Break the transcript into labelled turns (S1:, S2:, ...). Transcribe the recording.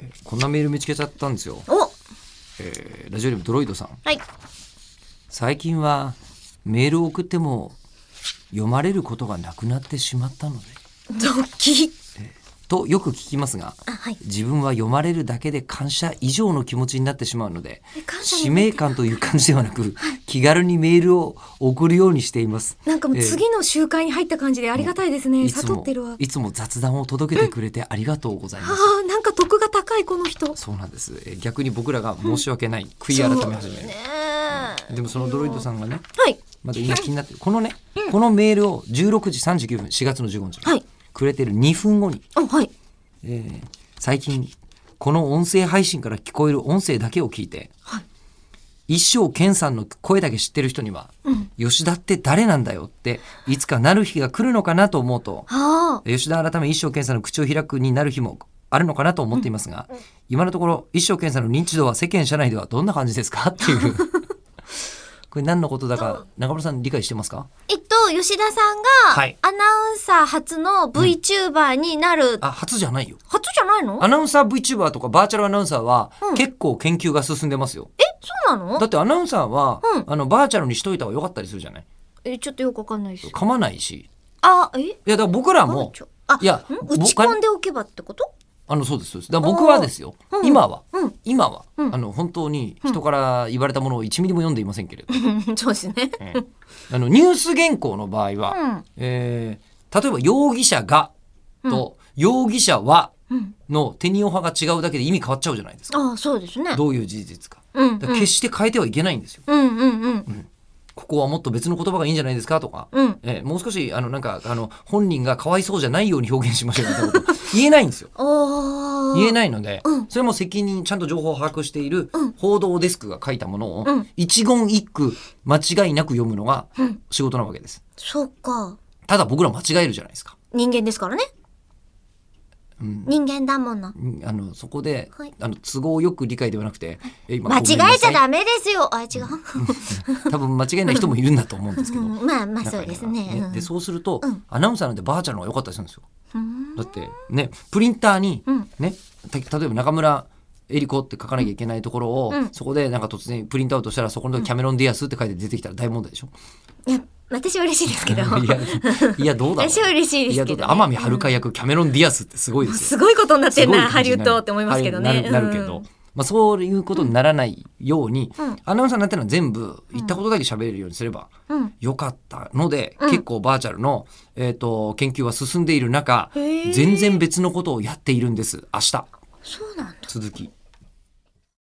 S1: えーこんなメール見つけちゃったんですよ。
S2: お
S1: えーラジオネームドロイドさん。
S2: はい。
S1: 最近はメールを送っても読まれることがなくなってしまったので。
S2: ドキッ。
S1: とよく聞きますが、
S2: あ、はい。
S1: 自分は読まれるだけで感謝以上の気持ちになってしまうので
S2: え感謝に
S1: 使命感という感じではなく気軽にメールを送るようにしています
S2: なんかもう
S1: えー
S2: 次の集会に入った感じでありがたいですね。
S1: いつ
S2: 悟っ
S1: も
S2: てるわ。
S1: いつも雑談を届けてくれてありがとうございます、
S2: ああ、なんか得が高いこの人。
S1: そうなんですえー逆に僕らが申し訳ない、悔い改め始め
S2: そう
S1: る、
S2: ねえ
S1: でもそのドロイドさんがね
S2: はい。
S1: まだ今気になってるこのね、このメールを16時39分4月の15日に、
S2: はい
S1: くれてる2分後に
S2: あ、はい。
S1: えー最近この音声配信から聞こえる音声だけを聞いて、
S2: は
S1: 一生健さんの声だけ知ってる人には、
S2: うん
S1: 吉田って誰なんだよっていつかなる日が来るのかなと思うと
S2: あ
S1: 吉田改め一生健さんの口を開くになる日もあるのかなと思っていますが、今のところ一生健さんの認知度は世間社内ではどんな感じですかっていう これ何のことだか中村さん理解してますか
S2: えっと、吉田さん
S1: はい
S2: アナウンサー初の VTuber になる。
S1: あ初じゃないよ
S2: 初じゃないの
S1: アナウンサー VTuber とかバーチャルアナウンサーは
S2: うん
S1: 結構研究が進んでますよ
S2: そうなの
S1: だってアナウンサーは、
S2: うん
S1: あのバーチャルにしといた方が良かったりするじゃない
S2: え、ちょっとよくわかんないです。
S1: 噛まないし
S2: あ、え
S1: いやだから僕ら
S2: あ
S1: も
S2: ちょあ、
S1: いや
S2: ん
S1: 僕
S2: 打ち込んでおけばってこと
S1: あのそうですそうですだから僕はですよ、
S2: うん
S1: 今は
S2: うん。
S1: 今は、
S2: うん
S1: あの本当に人から言われたものを1ミリも読んでいませんけれど、
S2: そうですね。
S1: あのニュース原稿の場合は、
S2: うん。
S1: えー例えば容疑者がと、容疑者は
S2: うん。
S1: の手におはが違うだけで意味変わっちゃうじゃないですか
S2: ああ、そうですね。
S1: どういう事実か
S2: うんうん。
S1: だから決して変えてはいけないんですよ、
S2: うんうんうん。
S1: ここはもっと別の言葉がいいんじゃないですかとか、
S2: うん。
S1: えーもう少しあのなんかあの本人がかわいそうじゃないように表現しましょうみたいなこと 言えないんですよ
S2: おー。
S1: 言えないので、
S2: うん
S1: それも責任ちゃんと情報を把握している
S2: うん
S1: 報道デスクが書いたものを、
S2: うん
S1: 一言一句間違いなく読むのが
S2: うん
S1: 仕事なわけです
S2: そうか。
S1: ただ僕ら間違えるじゃないですか、
S2: 人間ですからね。
S1: うん
S2: 人間だもの。
S1: うんあのそこで、
S2: はい
S1: あの都合よく理解ではなくて、え今
S2: 間違えちゃ
S1: ごめんな
S2: ダメですよ。あ、違う。
S1: さい多分間違えない人もいるんだと思うんですけど、
S2: うんまあまあ
S1: 中
S2: そう
S1: には
S2: ですね。うん
S1: でそうすると、
S2: うん
S1: アナウンサーなんてバーチャルの方が良かったりするんですよ
S2: うん
S1: だってねプリンターに
S2: うん
S1: ね、た例えば中村えり子って書かなきゃいけないところを、
S2: うん
S1: そこでなんか突然プリントアウトしたらそこの時キャメロン・ディアスって書いて出てきたら大問題でし ょ、
S2: いや、私は嬉しいですけ ど。
S1: いやいやどうだろう
S2: 私は嬉しいで
S1: いやだ
S2: すけ
S1: って
S2: ど。
S1: 天海遥役キャメロン・ディアスってすごい
S2: うん
S1: です
S2: す
S1: よ
S2: ごいことになって
S1: す
S2: ん
S1: ごい
S2: な、ハ
S1: 感
S2: リ
S1: じ
S2: ウ
S1: に
S2: ッ
S1: なる
S2: ドって思いますけど
S1: は
S2: ね。
S1: いなるなるけど、まあ、そういうことにならないように、
S2: うん
S1: アナウンサーになってるのは全部言ったことだけ喋れるようにすれば
S2: うん。うん。
S1: よかったので、
S2: うん
S1: 結構バーチャルの、えー、と研究は進んでいる中
S2: へー
S1: 全然別のことをやっているんです明日
S2: そうなんだ。
S1: 続き